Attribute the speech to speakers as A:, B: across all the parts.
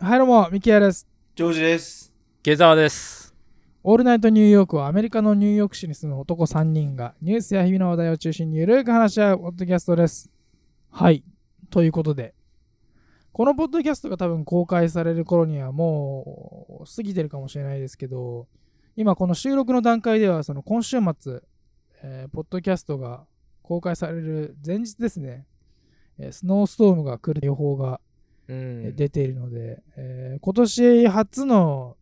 A: のミキヤです。
B: ジョージです。
C: 下沢です。
A: オールナイトニューヨークはアメリカのニューヨーク市に住む男3人がニュースや日々の話題を中心にゆるく話し合うポッドキャストです。はい。ということで、このポッドキャストが多分公開される頃にはもう過ぎてるかもしれないですけど、今この収録の段階ではその今週末、えーポッドキャストが公開される前日ですね、えースノーストームが来る予報が
C: うん
A: 出ているので、えー今年初の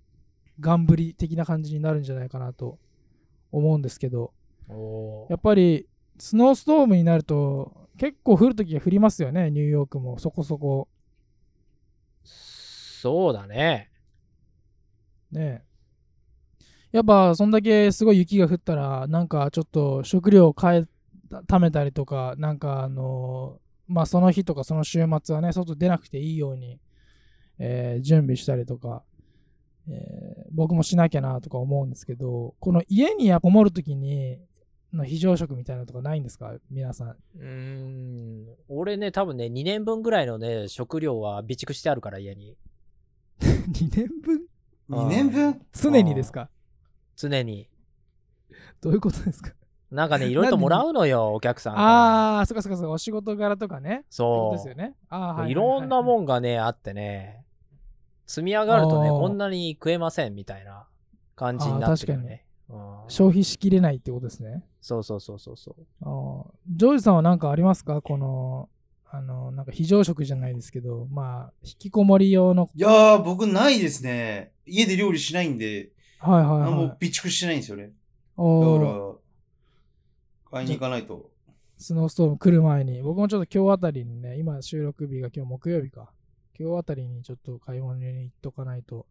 A: ガンブリ的な感じになるんじゃないかなと思うんですけど
C: おー
A: やっぱりスノーストームになると結構降るときは降りますよねニューヨークもそこそこ
C: そうだね。
A: ねやっぱそんだけすごい雪が降ったらなんかちょっと食料を買えた貯めたりとかなんかあのまあその日とかその週末はね外出なくていいように、えー準備したりとか、えー僕もしなきゃなとか思うんですけどこの家にこもるときにの非常食みたいなのとかないんですか皆さ ん
C: うーん。俺ね、多分ね、2年分ぐらいのね、食料は備蓄してあるから、家に。
A: 2年分
C: あー
B: 2年分
A: 常にですか
C: 常に。
A: どういうことですか
C: な んかね、いろいろともらうのよ、お客さんから。
A: ああーそっかそっかそっかお仕事柄とかねってこと
C: そ
A: ですよね。あー
C: う。いろんなも
A: ん。
C: んがね、あってね、積み上がるとね、
A: あー
C: こんなに食えませんみたいな感じになってるよね。うん
A: 消費しきれないってことですね。
C: そうそうそうそうそう。
A: あージョージさんは何かありますかこの、あの、なんか非常食じゃないですけど、まあ、引きこもり用の。
B: いやー、僕ないですね。家で料理しないんで、
A: はいは
B: 何
A: い
B: も
A: はい
B: 備。蓄してないんですよね。だか
A: おー
B: ら、買いに行かないと。
A: スノーストーム来る前に、僕もちょっと今日あたりにね、今収録日が今日木曜日か。今日あたりにちょっと買い物に行っとかないと。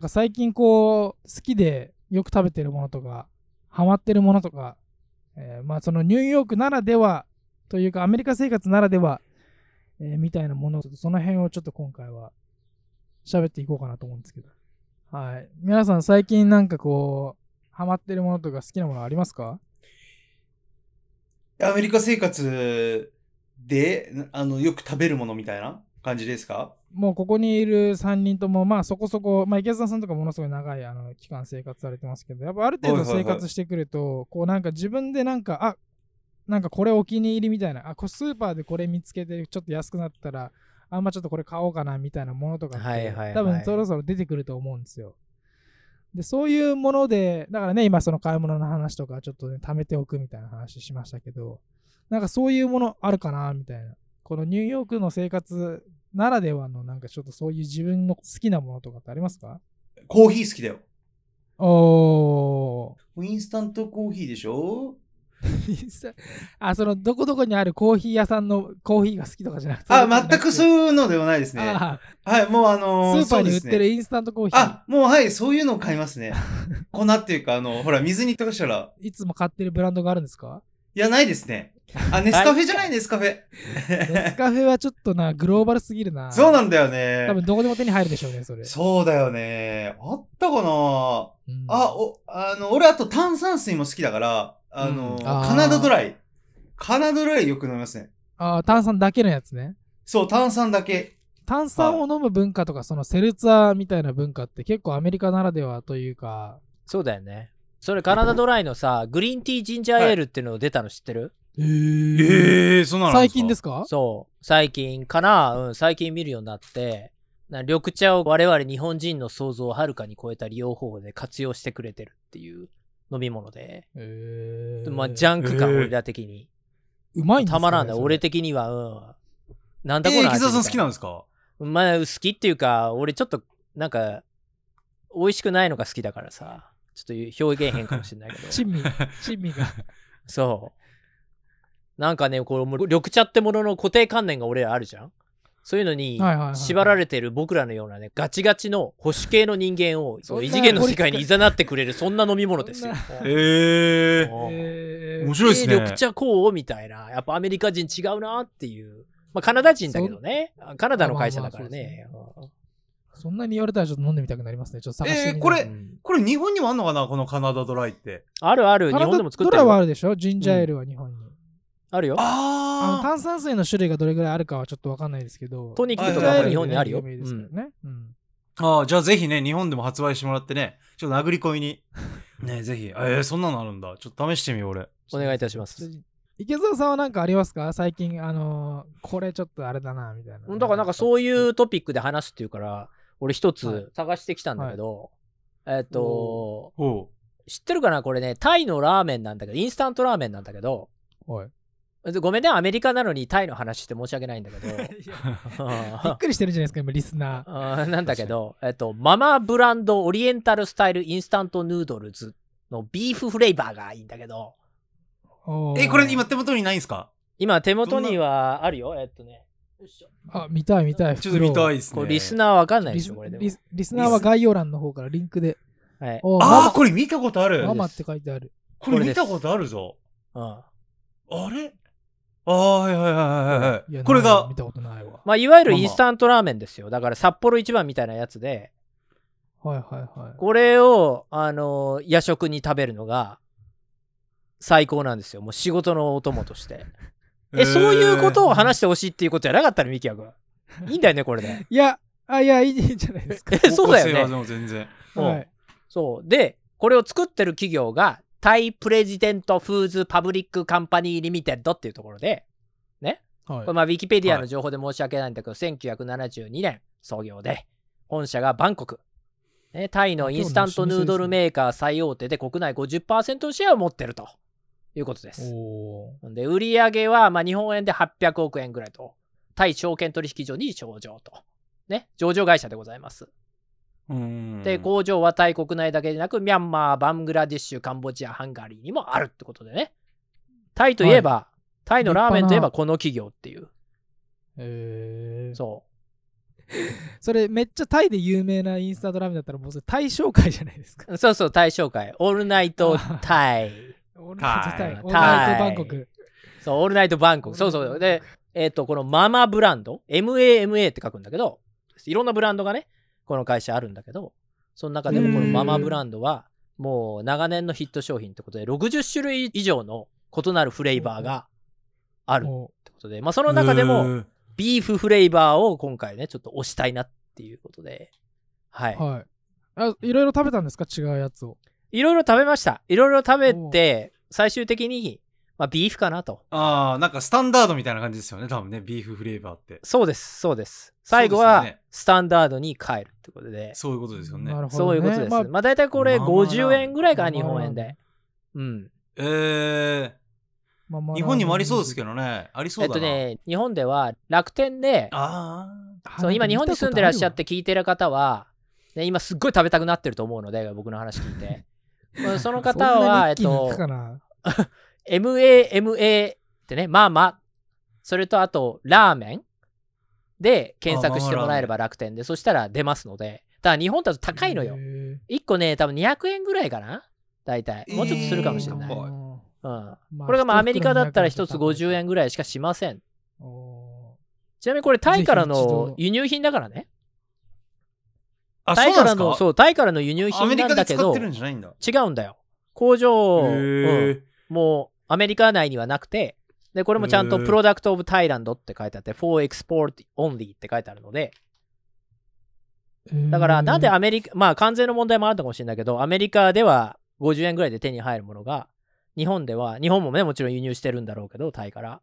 A: なんか最近こう、好きでよく食べてるものとか、ハマってるものとか、えーまあそのニューヨークならではというかアメリカ生活ならでは、えーみたいなもの、その辺をちょっと今回は喋っていこうかなと思うんですけど。はい。皆さん最近なんかこう、ハマってるものとか好きなものありますか
B: アメリカ生活で、なあの、よく食べるものみたいな感じですか
A: もうここにいる3人とも、まあそこそこ、まあ池澤さんとかものすごい長いあの期間生活されてますけど、やっぱある程
B: は
A: 度
B: いはいは
A: 生
B: い
A: 活してくると、こうなんか自分でなんか、あなんかこれお気に入りみたいな、あこれスーパーでこれ見つけてちょっと安くなったら、あんまちょっとこれ買おうかなみたいなものとかって、
C: はいはいはい
A: 多分そろそろ出てくると思うんですよ。で、そういうもので、だからね、今その買い物の話とかちょっとね、貯めておくみたいな話しましたけど、なんかそういうものあるかなみたいな。このニューヨークの生活ならではのなんかちょっとそういう自分の好きなものとかってありますか
B: コーヒー好きだよ。
A: お
B: インスタントコーヒーでしょ
A: ー あ、そのどこどこにあるコーヒー屋さんのコーヒーが好きとかじゃなくて。
B: あ、全くそう
A: う
B: いうのではないですね。
A: あ
B: はい、もうあ
A: あ
B: のー、
A: スーパーに売っ
B: そう
A: て
B: です
A: る
B: ね
A: インスタントコーヒー。
B: あ、もうはい、そういうのを買います ね。粉っていうか、あの、ほら、水に溶かしたら、
A: いつも買ってるブランドがあるんですか
B: いや、ないですね。 あ、ネスカフェじゃない、ネスカフェ。
A: ネスカフェはちょっとな、グローバルすぎるな。
B: そうなんんだよ
A: 多分
B: ね。
A: どこでも手に入るでしょうね、それ。
B: そうだよね。あったかな、
A: うん
B: あ、お、あの、俺あと炭酸水も好きだから、あの、
A: うんあー
B: カナダドライ。カナダドライよく飲みますね。
A: あ、炭酸だけのやつね。
B: そう、炭酸だけ。
A: 炭酸を飲む文化とかそのセルツァーみたいな文化って結構アメリカならではというか
C: そうだよね。それ、カナダドライのさ、グリーンティージンジャーエールっていうの出たの知ってる、
B: ええそんな
A: 最近ですか
C: そう。最近かな、うん、最近見るようになって、な緑茶を我々日本人の想像をはるかに超えた利用方法で活用してくれてるっていう飲み物で、
A: え
C: まあ、ジャンク感、
B: えー
C: 俺ら的に。
A: うまいんですか
C: た
A: ね
C: まらんね。
A: それ
C: 俺的には、うん。なんだこ
B: えー、木
C: の味みたい
B: 澤さん好きなんですか
C: まあ、好きっていうか、俺ちょっと、なんか、美味しくないのが好きだからさ、ちょっと表現変かもしれないけど。
A: 珍味珍味 が
C: そう。なんかね、これもう緑茶ってものの固定観念が俺らあるじゃんそういうのに
A: はいはいはい
C: 縛られてる僕らのようなね、ガチガチの保守系の人間を、
A: そん
C: そ
A: な
C: う異次元の 世界に誘ってくれる、そんな飲み物ですよ。
B: え
C: うん
A: え
B: 面白いっすね
C: えー緑茶こうみたいな。やっぱアメリカ人違うなっていう。まあカナダ人だけどね。カナダの会社だからね。
A: そんなに言われたらちょっと飲んでみたくなりますねちょっと探してみ
B: え
A: たい
B: ー、こ
C: う
B: れ、
C: ん
B: これ日本にもあんのかなこのカナダドライって。
C: あるある、日本でも作っ
A: ド
C: てる
A: ラはあ
C: よ。
A: るでしょジンジャーエールは日本に、
C: あるよ。
A: あの
B: あ
A: 炭酸水の種類がどれぐらいあるかはちょっとわかんないですけど
C: トニッ
B: クと
A: ジンジャーエ
B: か
A: ール
B: も日
C: 本にあるよ
A: 有名ですからね、うん
D: ああ、じゃあぜひね、日本でも発売してもらってね、ちょっと殴り込みに。ねぜひ。えー、そんなのあるんだ。ちょっと試してみよう、俺。
C: お願いいたしま
A: ちょ
C: す。
A: 池澤さんは何かありますか最近、あのーこれちょっとあれだな、みたいな。。
C: だからなんかそういううトピックで話すっていうから、俺一
A: はい
C: つ探してきたんだけど、えっと、
D: おう。
C: 知ってるかなこれね、タイのラーメンなんだけど、インスタントラーメンなんだけど、
A: おい。
C: ごめんね、アメリカなのにタイの話して申し訳ないんだけど、
A: びっくりしてるじゃないですか、今、リスナー。
C: あーなんだけど、えっと、ママブランドオリエンタルスタイルインスタントヌードルズのビーフフレーバーがいいんだけど、
A: おー
D: え、これ今手元にないんすか
C: 今手元にはあるよ、えっとね。よいしょ
A: あ、見たい見たい。
D: ちょっと見た
A: い。
D: いですね。
C: これリスナーわかんない
A: リ
C: でし
A: ス
C: ょ、これでも
A: リ。スリスナーは概要欄の方からリンクで。
C: はい。
A: おー
D: ああ、
A: マ
D: これ見たことある
A: マ
C: れ
A: ママって書いてある。
D: こ
C: こ
D: れ
C: れ
D: 見
C: です
D: たことあるぞ。
C: うん。
D: あれああ、はいはいはいはいはいい
A: や
D: これ
A: ないわ
D: が
A: 見、たことないわ。
C: まあ、いわゆるインスタントラーメンですよ。だから札幌一番みたいなやつで、
A: はいはいはい。
C: これを、あのー夜食に食べるのが最高なんですよ。もう仕事のお供として。え、そういうことを話してほしいっていうことじゃなかったの、ミキ ヤ君。いいんだよ ね、これで。
A: いや、あ、いや、いいいいんじゃないですか。
C: え、そうだよ
D: で
C: ね。
D: も全然。
C: うん
A: はい。
C: そう。で、これを作ってる企業が、タイプレジデントフーズパブリックカンパニーリミテッドっていうところで、
A: はい
C: これまあ、ウィキペディアの情報で申し訳ないんだけど、1972年創業で、本社がバンコク。ね、タイのインスタントヌードルメーカー最大手で国内50%のシェアを持ってるということです。
A: おー
C: で、売上はまあ日本円で800億円ぐらいと、タイ証券取引所に上場と。ね、上場会社でございます。
D: うん。
C: で、工場はタイ国内だけでなく、ミャンマー、バングラディッシュ、カンボジア、ハンガリーにもあるってことでね。タイといえば、タイのラーメンといえばこの企業っていう。
A: えーそ
C: そう。
A: れめっちゃタイで有名なインスタントラーメンだったらもうそれタイ紹介じゃないですか。
C: そうそう、大紹介。オールナイ トタイ。
A: 俺たちタイ
D: タイ。
A: オールナイトバンコ
C: タ
A: ク。
C: そう、オールナイトバンコク。そうそう。で、えっ、と、このママブランド、MAMA って書くんだけど、いろんなブランドがね、この会社あるんだけど、その中でもこのママブランドは、もう長年のヒット商品ってことで、60種類以上の異なるフレーバーがあるっ
A: も。
C: てことで、まあ、その中で
D: う
C: も、
D: ん、
C: ビーフフレーバーを今回ね、ちょっと推したいなっていうことで、はいう
A: はい。あいろいろ食べたんですか違うやつを。
C: いろいろ食べました。いろいろ食べて、最終的に、まあ、ビーフかなと。
D: ああ、なんかスタンダードみたいな感じですよね、多分ね、ビーフフレーバーって。
C: そうです、そうです。最後
D: そうです
C: は
D: よね
C: スタンダードに変えるってことで、
D: そういうことですよね
A: な。るほど、ね。
C: そういうことです。
A: まあ
C: まあ大体これ
D: まあまあ
C: 50円ぐらいか
A: まあ
C: な、
A: まあ
C: 日本円で。うん。
D: えー、
A: まあまあ
D: 日本にもありそうですけどね。ありそ
C: え
D: う
C: っ
D: だ
C: と
D: な。
C: ね、日本では楽天で、
D: あ
C: そう今日本に住んでらっしゃって聞いてる方は、ね、今すっごい食べたくなってると思うので、僕の話聞 いて。まあその方は、えっと、MAMA ってね、まあまあ、それとあと、ラーメンで検索してもらえれば楽天で、そしたら出ますので、ただ日本だと高いのよ。1個ね、多分200円ぐらいかな大体。もうちょっとするかもしれない。
D: えー
C: うん、これがまあアメリカだったら1つ50円ぐらいしかしません。
A: らい。お
C: ちなみにこれタイから
A: ぜひ一度
C: の輸入品だからね。
D: あ。あ、
C: タ
D: そ
C: イ
D: うな
C: か
D: んです
C: らの、
D: か
C: そう、タイからの輸
D: ア
C: 入
D: メ
C: 品
D: リ
C: なん
D: カ
C: だ
D: で
C: け
D: 使っ
C: ど、
D: てるん
C: 違
D: じゃないんだ。
C: うんだよ。工場、
D: へ
C: うん
D: ー
C: もうアメリカ内にはなくて、で、これもちゃんと
D: へー
C: プロダクトオブタイランドって書いてあって、for export only って書いてあるので、
A: ー
C: だからなんでアメリカ、まあ関税の問題もあるのかもしれないけど、アメリカでは50円ぐらいで手に入るものが、日本では、日本もね、もちろん輸入してるんだろうけど、タイから、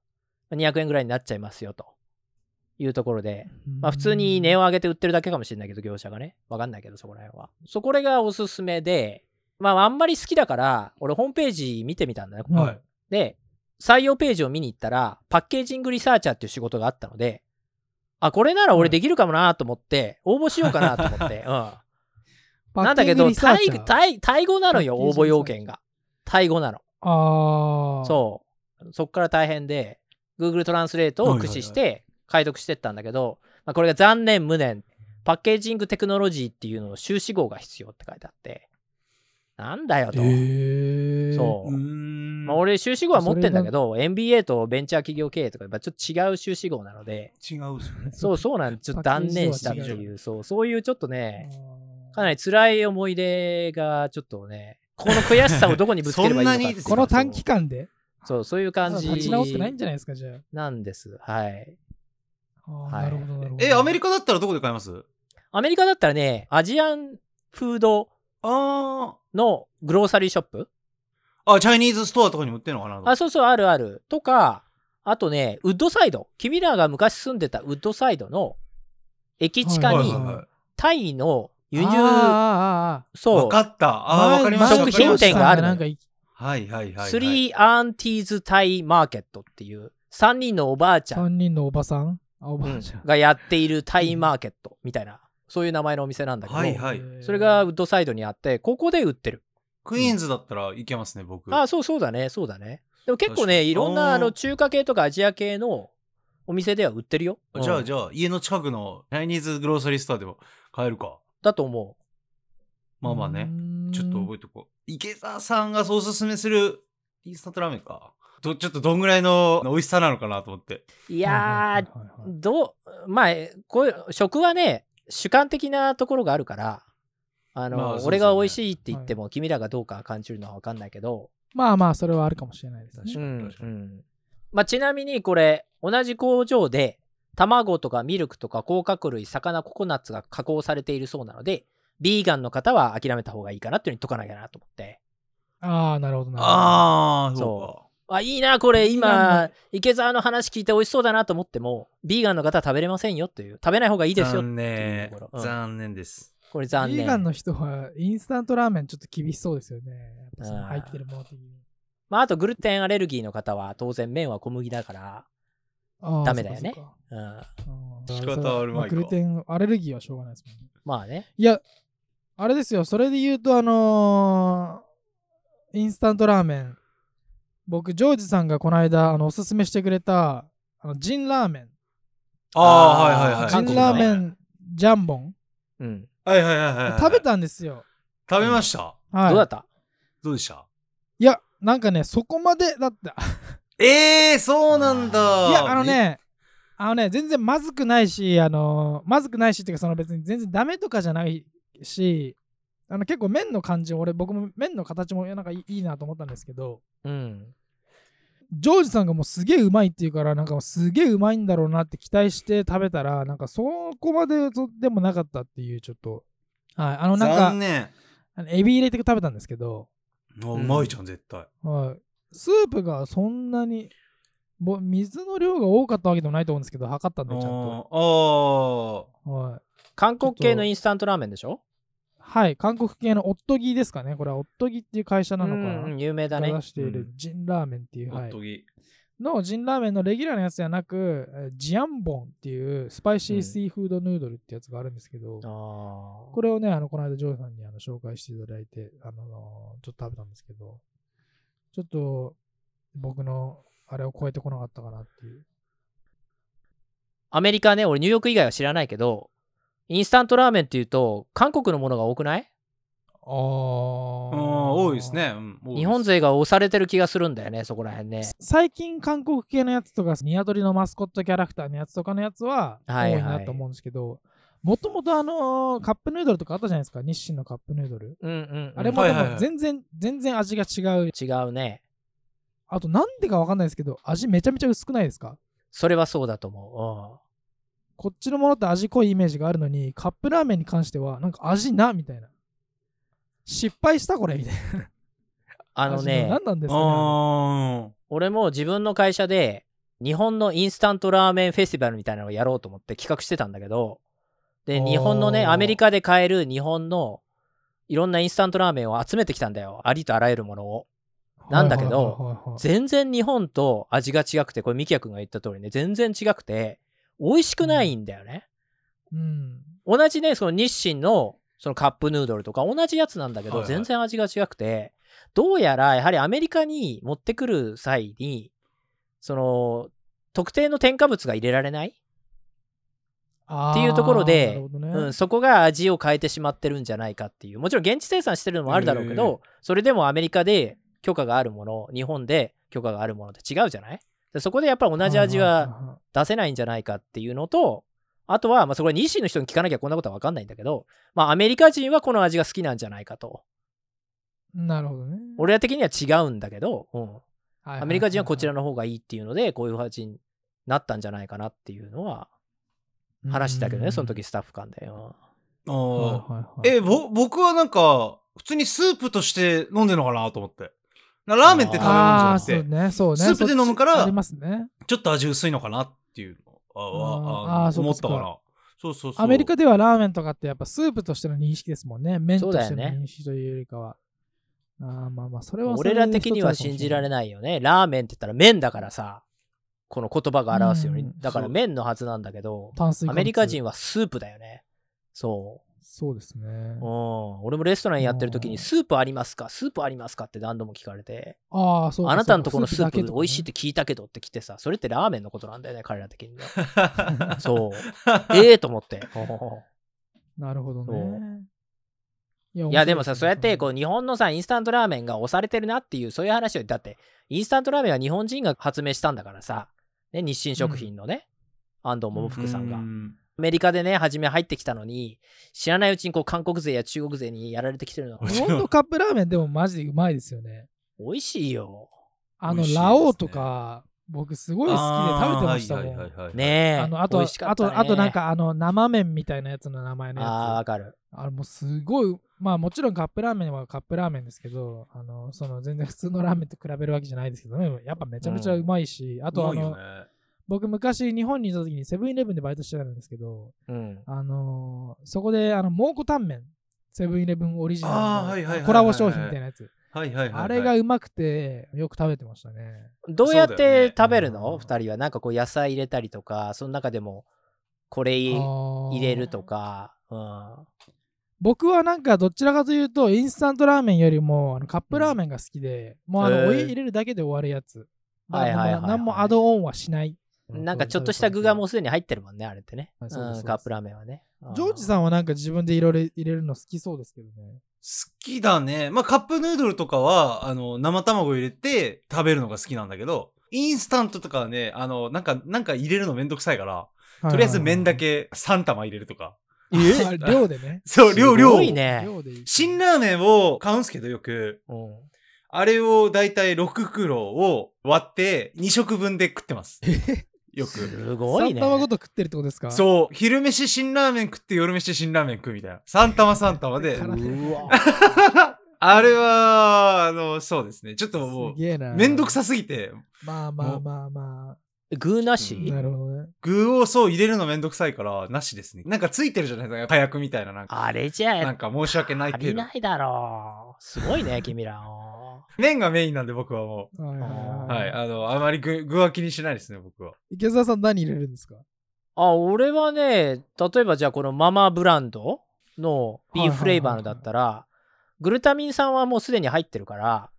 C: 200円ぐらいになっちゃいますよというところで、まあ普通に値を上げて売ってるだけかもしれないけど、業者がね。わかんないけど、そこら辺は。そこれがおすすめで、まああんまり好きだから、俺ホームページ見てみたんだね。ここ
A: はい
C: で、採用ページを見に行ったら、パッケージングリサーチャーっていう仕事があったので、あ、これなら俺できるかもなと思って、応募しようかなと 思って。うん。なんだけど、タイ、タイ、タイ語なのよ、
A: パッケージ
C: 応
A: ングリサー
C: 募
A: チャー
C: 要件が。タイ語なの。
A: ああ。
C: そう。そっから大変で、Google トランスレートを駆使して解読してったんだけど、まあ、これが残念無念。パッケージングテクノロジーっていうのの修士号が必要って書いてあって、なんだよと。
A: えー、
C: そう。
D: ん
C: まあ、俺、修士号は持ってんだけど、MBA とベンチャー企業経営とか、やっぱちょっと違う修士号な ので、
D: 違うっすよね。
C: そうそうなんちょっと断念したって
A: パッケ
C: いう、そう、そういうちょっとね、
A: あー
C: かなり辛い思い出がちょっとね、この悔しさをどこにぶつければいいのかってい
D: そ
C: う
D: んなに
A: この短期間で
C: そう、そういう感
A: まだ
C: じ
A: 立ち直ってないんじゃないですか、じゃあ
C: なんです。はい。
A: あー。
C: はい
A: なるほど、なるほど。
D: え、アメリカだったらどこで買えます
C: アメリカだったらね、アジアンフード
D: あ
C: のグローサリーショップ
D: あ。あ、チャイニーズストアとかにも売ってんのかなと思
C: あ、
D: って
C: そうそう、あるある。とか、あとね、ウッドサイド。君らが昔住んでたウッドサイドの駅地下
A: う
C: に
A: はいはいはい
C: タイの輸
A: あー
C: 入、
A: あ
C: そ
D: わか
C: う、
D: った。ああ、わかりました。
C: 食品店があるのよ
A: なんかい
D: はいはいはい。
C: スリーアンティーズタイマーケットっていう、3人のおばあちゃん
A: 3人のおばさんあお
C: う
A: ばあ
C: ん
A: ちゃん、
C: がやっているタイマーケットみたいな、そういう名前のお店なんだけど、
D: はいはい
C: それがウッドサイドにあって、ここで売ってる。
D: クイーンズだったらいけますね、僕。
C: ああ、そうそうだね、そうだね。でも結構
D: 確か
C: ね、
D: に
C: いろん
D: あー
C: なあの中華系とかアジア系のお店では売ってるよ。
D: じゃあ
C: ゃ
D: じゃあ、家の近くのチャイニーズグローサリーストアでも買えるか。
C: だと思う。
D: まあまあね。ちょっと覚
A: え
D: えとこう。池澤さんがそうおすすめするインスタントラーメンか。どちょっとどんぐらいの美味しさなのかなと思って。
C: い
A: て
C: やー、どう、まあ、こういう、食はね、主観的なところがあるから、あの、
D: まあそうですよね
C: 俺が美味しいって言っても、君らがどうか感じるのは分かんないけど、
A: まあまあそれはあるかもしれないですね
D: 確
C: う
D: かに
C: ん
D: 確
C: う
D: かに。
C: んまあ、ちなみにこれ同じ工場で卵とかミルクとか甲殻類魚ココナッツが加工されているそうなのでビーガンの方は諦めた方がいいかなっていうふうに解かなきゃなと思って
A: ああなるほどなるほど
D: ああ、そうか。
C: あいいなこれ
A: ビーガン
C: 今池澤の話聞いて美味しそうだなと思ってもビーガンの方は食べれませんよという食べない方がいいですよ
D: 残
C: って
D: 念
C: いうとこ。ろうん
D: 残念です。
C: これ残
A: ビーガン
C: 念
A: の人はインスタントラーメンちょっと厳しそうですよねやっぱその入ってるもの的に
C: まああとグルテンアレルギーの方は当然麺は小麦だから、
A: あー
C: ダメだよね
A: そっか
C: うん、
A: そっかあー
D: 仕方あるまいか
A: まグルテンアレルギーはしょうがないですもんね
C: まあね
A: いや、あれですよ、それで言うと、あのーインスタントラーメン。僕、ジョージさんがこの間、あの、おすすめしてくれた、あの、ジンラーメン。
D: ああ、はいはいはい。
A: ジ
C: 韓
A: ン
C: 国
A: ラ
C: の
A: ー
C: ね
A: メンジャンボン。
C: うん
D: はいはいはいはいはい。
A: 食べたんですよ。
D: 食べました。
A: はい。
C: どうだった
D: どうでした
A: いや、なんかね、そこまでだった。
D: ええー、そうなん
A: い
D: だ。
A: や、あの。ね、あのね、全然まずくないし、あのーまずくないしっていうか、その別に全然ダメとかじゃないし、あの、結構麺の感じ、俺、僕も麺の形も、いやなんかいいいいなと思ったんですけど、
C: うん
A: ジョージさんがもうすげえうまいって言うから、なんかすげえうまいんだろうなって期待して食べたら、なんかそこまでそでもなかったっていう、ちょっと。はい、あのな
D: 残
A: んか、
D: 念。
A: あのエビ入れて食べたんですけど、
D: もううまいじゃん、絶対。
A: はい、スープがそんなに、ぼ水の量が多かったわけでもないと思うんですけど、測ったん
D: あ
A: で、ちゃんと。
D: ーあ
A: はい、
C: 韓国系のインスタントラーメンでしょ
A: はい、韓国系のオットギですかね。これはオットギっていう会社なのか
C: うんう。
A: なん
C: 有名だね
A: 出している
D: う
A: ジンラーメンっていう、
D: ー、お
A: は
D: っ
A: い
D: と、ぎ。
A: のジンラーメンのレギュラーのやつじゃなく、えージアンボンっていうスパイシ
C: う
A: ー
C: ん
A: シーフードヌードルってやつがあるんですけど、
C: ああ
A: これをね、あのこの間、ジョーさんにあの紹介していただいて、あのーちょっと食べたんですけど、ちょっと僕のあれを超えてこなかったかなっていう。
C: アメリカね、俺ニューヨーク以外は知らないけど、インスタントラーメンっていうと、韓国のものが多くない
A: ああ。
D: ああ、多いです。ね。うん多いです
C: 日本勢が押されてる気がするんだよね、そこら辺ね。
A: 最近、韓国系のやつとか、ニワトリのマスコットキャラクターのやつとかのやつは多
C: はいはい
A: いなと思うんですけど、もともとあのーカップヌードルとかあったじゃないですか、日清のカップヌードル。
C: うんうん、
A: あれもで
D: はいはいは
A: も
D: い
A: 全然、全然味が違う。
C: 違うね。
A: あと、なんでかわかんないですけど、味めちゃめちゃ薄くないですか
C: それはそうだと思
A: こっちのものって味濃いイメージがあるのに、カップラーメンに関しては、なんか味な、みたいな。失敗したこれみたいな。
C: う。あの
A: 味
C: ね
A: 何、なんですかねあ
D: あ
C: 俺も自分の会社で、日本のインスタントラーメンフェスティバルみたいなのをやろうと思って企画してたんだけど、で、
A: おー
C: 日本のね、アメリカで買える日本のいろんなインスタントラーメンを集めてきたんだよ。ありとあらゆるものを。
A: れ
C: なんだけど
A: はいはいはいはい
C: 全然日本と味が違くてこれミキヤ君が言った通りね全然違くて美味しくないんだよね、
A: うん。
C: 同じねその日清のそのカップヌードルとか同じやつなんだけ
D: は
C: ど
D: いはい
C: 全然味が違くて、どうやらやはりアメリカに持ってくる際にその特定の添加物が入れられない、
A: っ
C: っていうところで
A: なるほどね。
C: うん、そこが味を変えてしまってるんじゃないかっていうもちろん現地生産してるのもあるだろうけど、それでもアメリカで許可があるもの日本で許可があるものって違うじゃないでそこでやっぱり同じ味
A: はい
C: は
A: はいはいはい
C: 出せないんじゃないかっていうのと、あとは、まあ、そこれ、西の人に聞かなきゃこんなことは分かんないんだけど、まあ、アメリカ人はこの味が好きなんじゃないかと。
A: なるほどね。
C: 俺ら的には違うんだけど、うん、
A: はいはいはいはい、
C: アメリカ人はこちらの方がいいっていうので、こういう味になったんじ話になったんじゃないかなっていうのは話してたけどね、その時スタッフ間で。うん
D: あ
A: い
D: ー
A: はいはい。
D: え、ぼ、僕はなんか、普通にスープとして飲んでるのかなと思って。なラーメンって食べるもんじ
A: ああ、
D: ゃなく
A: そう
D: て、
A: ね、そうね。
D: スープで飲むから
A: そっちありますね。
D: ちょっと味薄いのかなっていうのは、あ
A: あー
D: あ
A: あー
D: 思ったか
A: そっ
D: な。そうそうそう。
A: アメリカでは ラーメンとかってやっぱスープとしての認識ですもんね。麺として
C: そう
A: の
C: だよね
A: 認識というよりかは。ああまあまあ、それはそれ
C: 俺ら的には信じられ
A: ない。
C: ないよね。ラーメンって言ったら麺だからさ、この言葉が表すよう
A: う
C: に
A: ん。
C: だから
D: そう
C: 麺のはずなんだけど、
A: 炭水化
C: ア
A: 物
C: メリカ人はスープだよね。そ
A: そうですね
C: う。う。ん。俺もレストランやってる時
A: うん
C: に、スープありますかスープありますかって何度も聞かれて、
A: ああ、そうか
C: あなたのところのスー
A: だけ
C: プ
A: とかね
C: 美味しいって聞いたけどって来てさ、それってラーメンのことなんだよね、彼ら的には。
D: そう。
C: そう。ええと思って。
A: なるほどね。いや
C: いやでもさ、そうやってこう日本のさ、インスタントラーメンが押されてるなっていう、そういう話を、だって、インスタントラーメンは日本人が発明したんだからさ、ね、日清食品のね、安藤桃福さんが。アメリカでね、初め入ってきたのに、知らないうちにこう韓国勢や中国勢にやられてきてるの。
A: 日本のカップラーメンでもマジでうまいですよね。
C: 美味しいよ。
A: あ
D: 美
A: の、
D: 味しいですね
A: ラオウとか、僕すごい好きで食べてましたもん。
D: あーはいはいはいはい
C: ねえ。
A: あのあと、
C: 美味しか
A: あ
C: ったね
A: と、あとなん。か、あの、生麺みたいなやつの名前のやつ。
C: ああ、わかる。
A: あれもうすごい、まあもちろんカップラーメンはカップラーメンですけど、あの、その全然普通のラーメンと比べるわけじゃないですけどね、やっぱめちゃめちゃうまいし、あ
D: あと
A: と
D: あ
A: あの、僕昔日本にいた時にセブンイレブンでバイトしてたんですけど、
C: うん。
A: あのーそこであの、蒙古タンメン、セブンイレブンオリジ
D: あー
A: ナ
D: はいは
A: ル
D: いはいはい
A: のコラボ商品みたいなやつ。
D: はいはいはいはい。
A: あれがうまくて、よく食べてましたね。
C: どうやっ
D: そうだよ
C: て
D: ね
C: 食べる
A: うん
C: の二人は。なんかこう野菜入れたりとか、その中でも、これ
A: あ
C: 入
A: ー
C: れるとか。うん。
A: 僕はなんかどちらかというとインスタントラーメンよりもあのカップラーメンが好きで、もうあ
C: へ
A: の
C: ー
A: お湯入れるだけで終わるやつ。
C: はいはいはいはい
A: 何もアドオンはしない。
C: なんかちょっとした具がもう
A: う。
C: すでに入ってるもんね、あれってね。う
A: は
C: ん
A: いそうですそうです
C: カップラーメンはね。
A: ジョージ
C: ん。
A: さんはなんか自分でいろいろ入れるの好きそうですけどね。
D: 好きだね。まあ、カップヌードルとかは、あの、生卵入れて食べるのが好きなんだけど、インスタントとかはね、あの、なんか、なんか入れるのめんどくさいから、とりあえず麺だけ3玉入れるとか。
A: え量でね。
D: そう、量、
C: す
D: 量
C: ご。いね。
A: 量でいい。
D: 辛ラーメンを買うんすけどよく、
C: うん
D: あれをだいたい6袋を割って2食分で食ってます。よく。
C: すごい
A: 三
C: ね。
A: 玉ごと食ってるってことですかう。
D: そう、昼飯辛ラーメン食って夜飯辛ラーメン食うみたいな。3玉3玉で。
A: 辛
C: うわ。
D: あれは、あの、そうですね。ちょっともう
A: す、げえな。
D: めんどくさすぎて、
A: まあまあまあま
C: 具な
A: あ。
C: し
A: なるほどね。
D: 具をそう入れるのめんどくさいから、なしですね。なんかついてるじゃないですか、火薬みたいな、なんか。
C: あれじゃ
D: なんか申し訳ない
C: 足
D: け
C: り
D: ど。
C: ないだろう。すごいね、君ら。
D: 麺がメインなんで僕はも
A: はいはいは
D: う。
A: い
D: はい。あの、あまり具具は気にしないですね、僕は。
A: 池澤さん何入れるんですか
C: あ、俺はね、例えばじゃあこのママブランドのビーフレーバーのだったら、グルタミン酸はもうすでに入ってるから、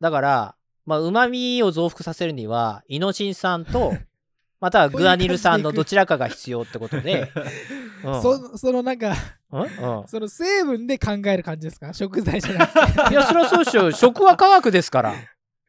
C: だから、まあ、旨味を増幅させるには、イノシン酸 と、またはグアニル酸のどちらかが必要ってこと で、 うん
A: そそのなんか、
C: うんうん
A: その成分で考える感じですか食材じゃなくて。
C: いや、それはそうでしょう。食は科学ですから。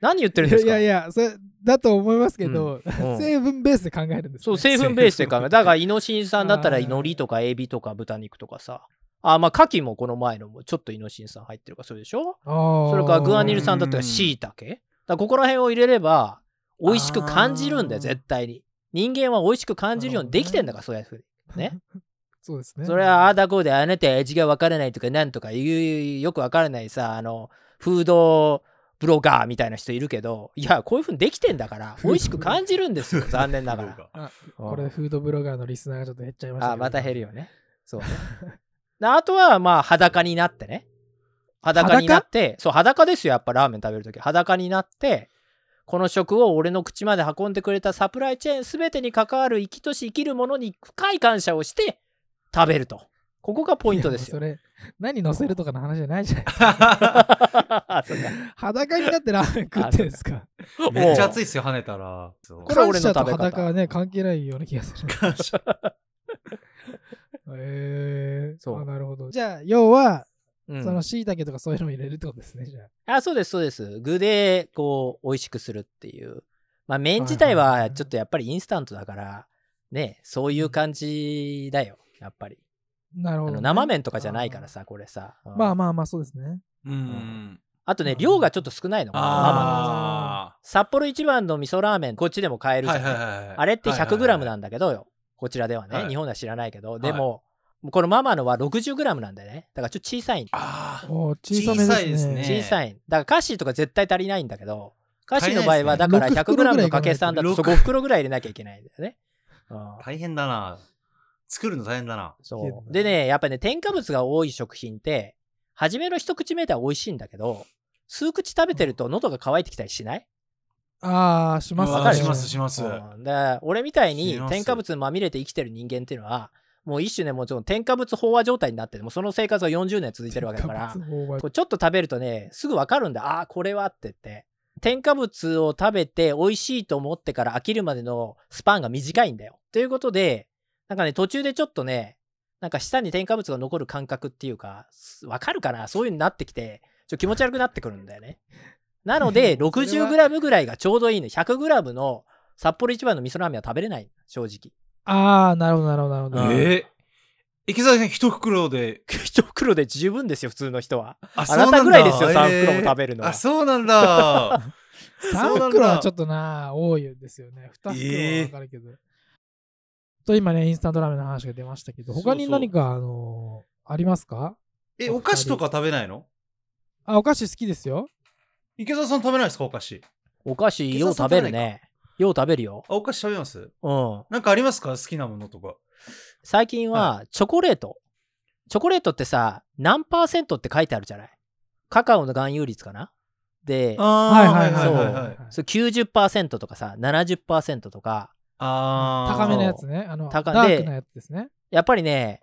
C: 何言ってるんです
A: い
C: か
A: やいや、それだと思いますけど、
C: うん
A: 成分ベースで考えるんです、ね。
C: そう、成分ベースで考え る。だから、イノシン酸だったら、
A: あー
C: イノリとかエビとか豚肉とかさ。あ、まあ、牡蠣もこの前のもちょっとイノシン酸入ってるから、それでしょ
A: そ
C: それから、グアニル
D: さん
C: 酸だったら、
D: うん
C: シイタケ。だからここら辺を入れれば、美味しく感じるんだ
A: あー
C: よ、絶対に。人間は美味しく感じるようにできてんだから、そういうふう に。ね。
A: そうですね。
C: それはああだこうであなた味が分からないとかなんとかいうよく分からないさあのフードブロガーみたいな人いるけどいやこういうふうにできてんだから
A: フード
C: 美味しく感じるんです よ残念ながら。
A: これでフードブロガーのリスナーがちょっと減っちゃいましたけど。
C: あまた減るよねそうね であとはまあ裸になってね裸になってそう裸ですよやっぱラーメン食べるとき裸になってこの食を俺の口まで運んでくれたサプライチェーン全てに関わる生きとし生きるものに深い感謝をして食べるとここがポイントですよ
A: いやもうそれ、何乗せるとかの話じゃないじゃない です
C: そうか
A: か。裸になってラーメン食ってんですか。
D: めっちゃ熱い
C: い。
D: っすよ、跳ねたら。そう
C: これは俺の食べ
A: 感謝
C: 方
A: と裸はね、関係ないような気がす る。えー、
C: そう
A: あなるほど。じゃあ、要は、
C: うん
A: その椎茸とかそういうのを入れるってことですね、じゃあ。
C: あ、そうです、そうです。具で、こう、美味しくするっていう。まあ、麺自
A: は
C: 体
A: いはいは
C: はいちょっとやっぱりインスタントだから、ね、そういう感じだよ、やっぱり。
A: なる
C: あ
A: ほど、
C: の生麺とかじゃないから。さ、これさ。うん
A: まあまあまあ、そうですね。
D: うん。
C: あとね、量がちょっと少ないの。ママの
D: あ
C: 札幌一番の味噌ラーメン、こっちでも買え
D: あ。
C: るじ
D: は
C: ゃ
D: い
C: ん。
D: はいはい。
C: あれって 100g
D: ん
C: なんだけどよ。こちらではね、
D: はい
C: 日本では知らないけど、
D: い
C: でも、このママのは 60g なんだよね。だからちょっと小さいんだよ
D: ああ。
A: おー小さめですね
D: 小さいですね
C: 小さい。だからカシーとか絶対足りないんだけど、カシーの場合はだから
A: 足りないですね
C: 100g のかけ算だと
D: 六
C: 5袋ぐらい入れなきゃいけないんだよね。うん
D: 大変だな。作るの大変だな。
A: けど
C: そ
A: ね
C: う。でね、やっぱね、添加物が多い食品って、初めの一口目では美味しいんだけど、数口食べてると喉が渇いてきたりしない
A: ああ、します
C: わ
D: わ
C: か
D: か
C: る
D: します、します。
C: うんで俺みたい
D: し
C: に
D: ます
C: 添加物にまみれて生きてる人間っていうのは、もう一種ね、もちろん添加物飽和状態になってて、もうその生活が40年続いてるわけだから
A: 添、加物
C: こうちょっと食べるとね、すぐわかるんだ。ああー、これはって言って。添加物を食べて美味しいと思ってから飽きるまでのスパンが短いんだよ。ということで、なんかね、途中でちょっとね、なんか舌に添加物が残る感覚っていうか、すわかるかなそういうのになってきて、ちょっと気持ち悪くなってくるんだよね。なので、60g ぐらいがちょうどいいの。100g の札幌一番の味噌ラーメンは食べれない。正直。
A: ああ、なるほど、なるほど、なるほど。
C: うん
D: ええ池崎さん、一袋で。
C: 一袋で十分ですよ、普通の人は。
D: あ
C: あなたぐらいですよ、
D: 三
C: 3袋も食べるのは。
D: あ、そうなんだ。
A: 3
D: そう なんだ
A: 袋はちょっとな、多いですよね。2袋はわかるけど。と、今ね、インスタントラーメンの話が出ましたけど、
D: そう
A: 他に何か、あのーありますか
D: え、お菓子とか食べないの
A: あ、お菓子好きですよ。
D: 池澤さん食べないですかお菓子。
C: お菓子、よう食べるね。よう食べるよ。
D: あ、お菓子食べます
C: うん。
D: なんかありますか好きなものとか。
C: 最近は、チョコレート。チョコレートってさ、何パーセントって書いてあるじゃないカカオの含有率かなで、
D: あー
A: はいはい
C: はい
D: い
C: はい
A: はい
C: そう90%とかさ、70%とか、
D: あー
A: 高めのやつね。あの、ダ
C: 高
A: ークなやつですね。
C: やっぱりね、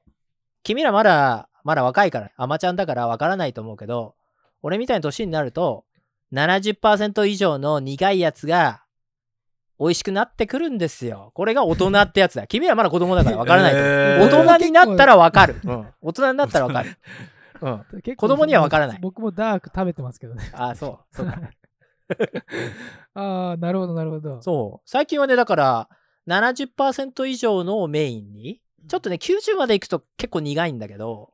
C: 君らまだ、まだ若いから、アマちゃんだからわからないと思うけど、俺みたいな年になると、70%以上の苦いやつが、美味しくなってくるんですよ。これが大人ってやつだ。君らまだ子供だからわからないと思う。
D: えー
C: 大人になったらわかる。うん大人になったらわかる。うん。
A: 結構
C: 子供にはわからない
A: 僕もダーク食べてますけどね。
C: あ、そう。そうか
A: ああ、なるほど、なるほど。
C: そう。最近はね、だから、70%以上のをメインに、ちょっとね、90までいくと結構苦いんだけど、